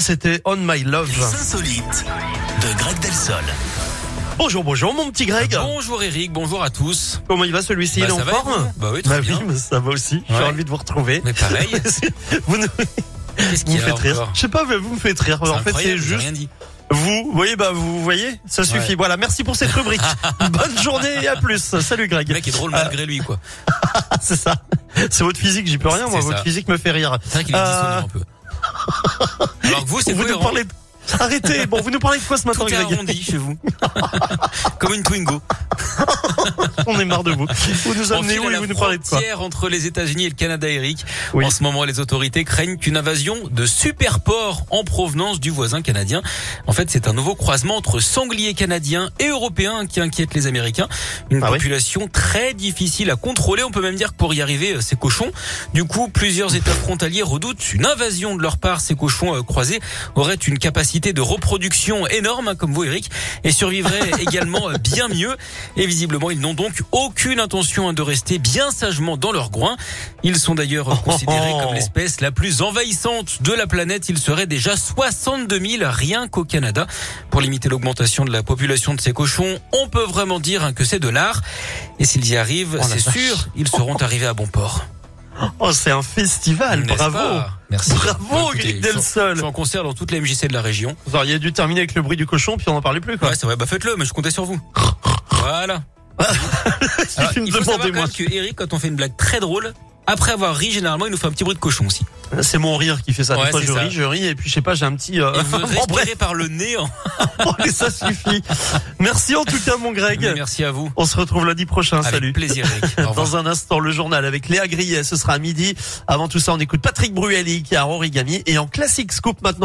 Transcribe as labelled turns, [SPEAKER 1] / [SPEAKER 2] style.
[SPEAKER 1] C'était On My
[SPEAKER 2] Les
[SPEAKER 1] Love.
[SPEAKER 2] insolites de Greg Delsol.
[SPEAKER 1] Bonjour, bonjour, mon petit Greg.
[SPEAKER 3] Bonjour Eric, bonjour à tous.
[SPEAKER 1] Comment il va celui-ci
[SPEAKER 3] Ah Bah,
[SPEAKER 1] Il est
[SPEAKER 3] ça
[SPEAKER 1] en
[SPEAKER 3] va,
[SPEAKER 1] forme
[SPEAKER 3] Eric Bah oui,
[SPEAKER 1] Bah
[SPEAKER 3] très
[SPEAKER 1] oui,
[SPEAKER 3] bien.
[SPEAKER 1] mais ça va aussi. J'ai
[SPEAKER 3] Ouais.
[SPEAKER 1] envie de vous retrouver.
[SPEAKER 3] Mais pareil,
[SPEAKER 1] vous nous-
[SPEAKER 3] qu'est-ce
[SPEAKER 1] vous
[SPEAKER 3] qu'il
[SPEAKER 1] me
[SPEAKER 3] y a
[SPEAKER 1] faites rire.
[SPEAKER 3] encore
[SPEAKER 1] Je sais pas, mais vous me faites rire. En fait,
[SPEAKER 3] incroyable,
[SPEAKER 1] c'est
[SPEAKER 3] j'ai
[SPEAKER 1] juste
[SPEAKER 3] rien dit.
[SPEAKER 1] vous. Oui, bah vous voyez, ça suffit. Voilà, merci pour cette rubrique. Bonne journée et à plus. Salut Greg.
[SPEAKER 3] Le mec est drôle malgré lui, quoi.
[SPEAKER 1] Ah, c'est ça. C'est votre physique, j'y peux rien. Moi,
[SPEAKER 3] C'est
[SPEAKER 1] votre
[SPEAKER 3] ça.
[SPEAKER 1] physique me fait rire.
[SPEAKER 3] C'est vrai qu'il est
[SPEAKER 1] Euh,
[SPEAKER 3] dissonant un peu. Alors que vous, c'est
[SPEAKER 1] Vous nous
[SPEAKER 3] cohérent.
[SPEAKER 1] parlez. Arrêtez. Bon, vous nous parlez de quoi ce matin,
[SPEAKER 3] Tout est
[SPEAKER 1] Greg
[SPEAKER 3] arrondi chez vous. Comme une Twingo.
[SPEAKER 1] On est marre de vous. Vous nous
[SPEAKER 3] On
[SPEAKER 1] amenez
[SPEAKER 3] file
[SPEAKER 1] où
[SPEAKER 3] à
[SPEAKER 1] et
[SPEAKER 3] la
[SPEAKER 1] vous nous parlez de quoi
[SPEAKER 3] frontière entre les États-Unis et le Canada, Eric.
[SPEAKER 1] Oui.
[SPEAKER 3] En ce moment, les autorités craignent qu'une invasion de super porcs en provenance du voisin canadien. En fait, c'est un nouveau croisement entre sangliers canadiens et européens qui inquiète les Américains. Une
[SPEAKER 1] Ah oui
[SPEAKER 3] population très difficile à contrôler. On peut même dire que pour y arriver, euh, ces cochons. Du coup, plusieurs États frontaliers redoutent une invasion de leur part. Ces cochons euh, croisés auraient une capacité de reproduction énorme, hein, comme vous, Eric, et survivraient également euh, bien mieux. Et visiblement, ils n'ont donc aucune intention hein, de rester bien sagement dans leur groin. Ils sont d'ailleurs euh, considérés
[SPEAKER 1] oh.
[SPEAKER 3] comme l'espèce la plus envahissante de la planète. Ils seraient déjà 62 000 rien qu'au Canada. Pour limiter l'augmentation de la population de ces cochons, on peut vraiment dire hein, que c'est de l'art. Et s'ils y
[SPEAKER 1] Oh,
[SPEAKER 3] arrivent,
[SPEAKER 1] la
[SPEAKER 3] c'est
[SPEAKER 1] vache.
[SPEAKER 3] sûr, ils seront arrivés à bon port.
[SPEAKER 1] Oh, c'est un festival.
[SPEAKER 3] N'est-ce
[SPEAKER 1] Bravo.
[SPEAKER 3] pas Merci.
[SPEAKER 1] Bravo,
[SPEAKER 3] Bon, écoutez,
[SPEAKER 1] Greg
[SPEAKER 3] ils sont- Je
[SPEAKER 1] Delsol.
[SPEAKER 3] suis en concert dans toute la MJC de la région.
[SPEAKER 1] Vous auriez dû terminer avec le bruit du cochon, puis on n'en parlait plus, quoi.
[SPEAKER 3] Ouais, c'est vrai, bah faites-le, mais je comptais sur vous. Voilà. Alors,
[SPEAKER 1] Si me
[SPEAKER 3] Ah, il faut savoir
[SPEAKER 1] demandez,
[SPEAKER 3] quand
[SPEAKER 1] moi.
[SPEAKER 3] même que Eric, quand on fait une blague très drôle, après avoir ri, généralement, il nous fait un petit bruit de cochon aussi.
[SPEAKER 1] C'est mon rire qui fait ça.
[SPEAKER 3] Ouais,
[SPEAKER 1] Des fois,
[SPEAKER 3] c'est
[SPEAKER 1] je
[SPEAKER 3] ça.
[SPEAKER 1] ris, je ris, et puis je sais pas, j'ai un petit. euh,
[SPEAKER 3] Et vous
[SPEAKER 1] en bref,
[SPEAKER 3] respirez par le nez. en-
[SPEAKER 1] et ça suffit. Merci en tout cas, mon
[SPEAKER 3] Mais
[SPEAKER 1] Greg.
[SPEAKER 3] Merci à vous.
[SPEAKER 1] On se retrouve lundi prochain.
[SPEAKER 3] Avec
[SPEAKER 1] Ah, Salut.
[SPEAKER 3] plaisir, Eric. Au revoir.
[SPEAKER 1] Dans un instant, le journal avec Léa Grillet, ce sera à midi. Avant tout ça, on écoute Patrick Bruelli qui a Origami et en classique scoop maintenant.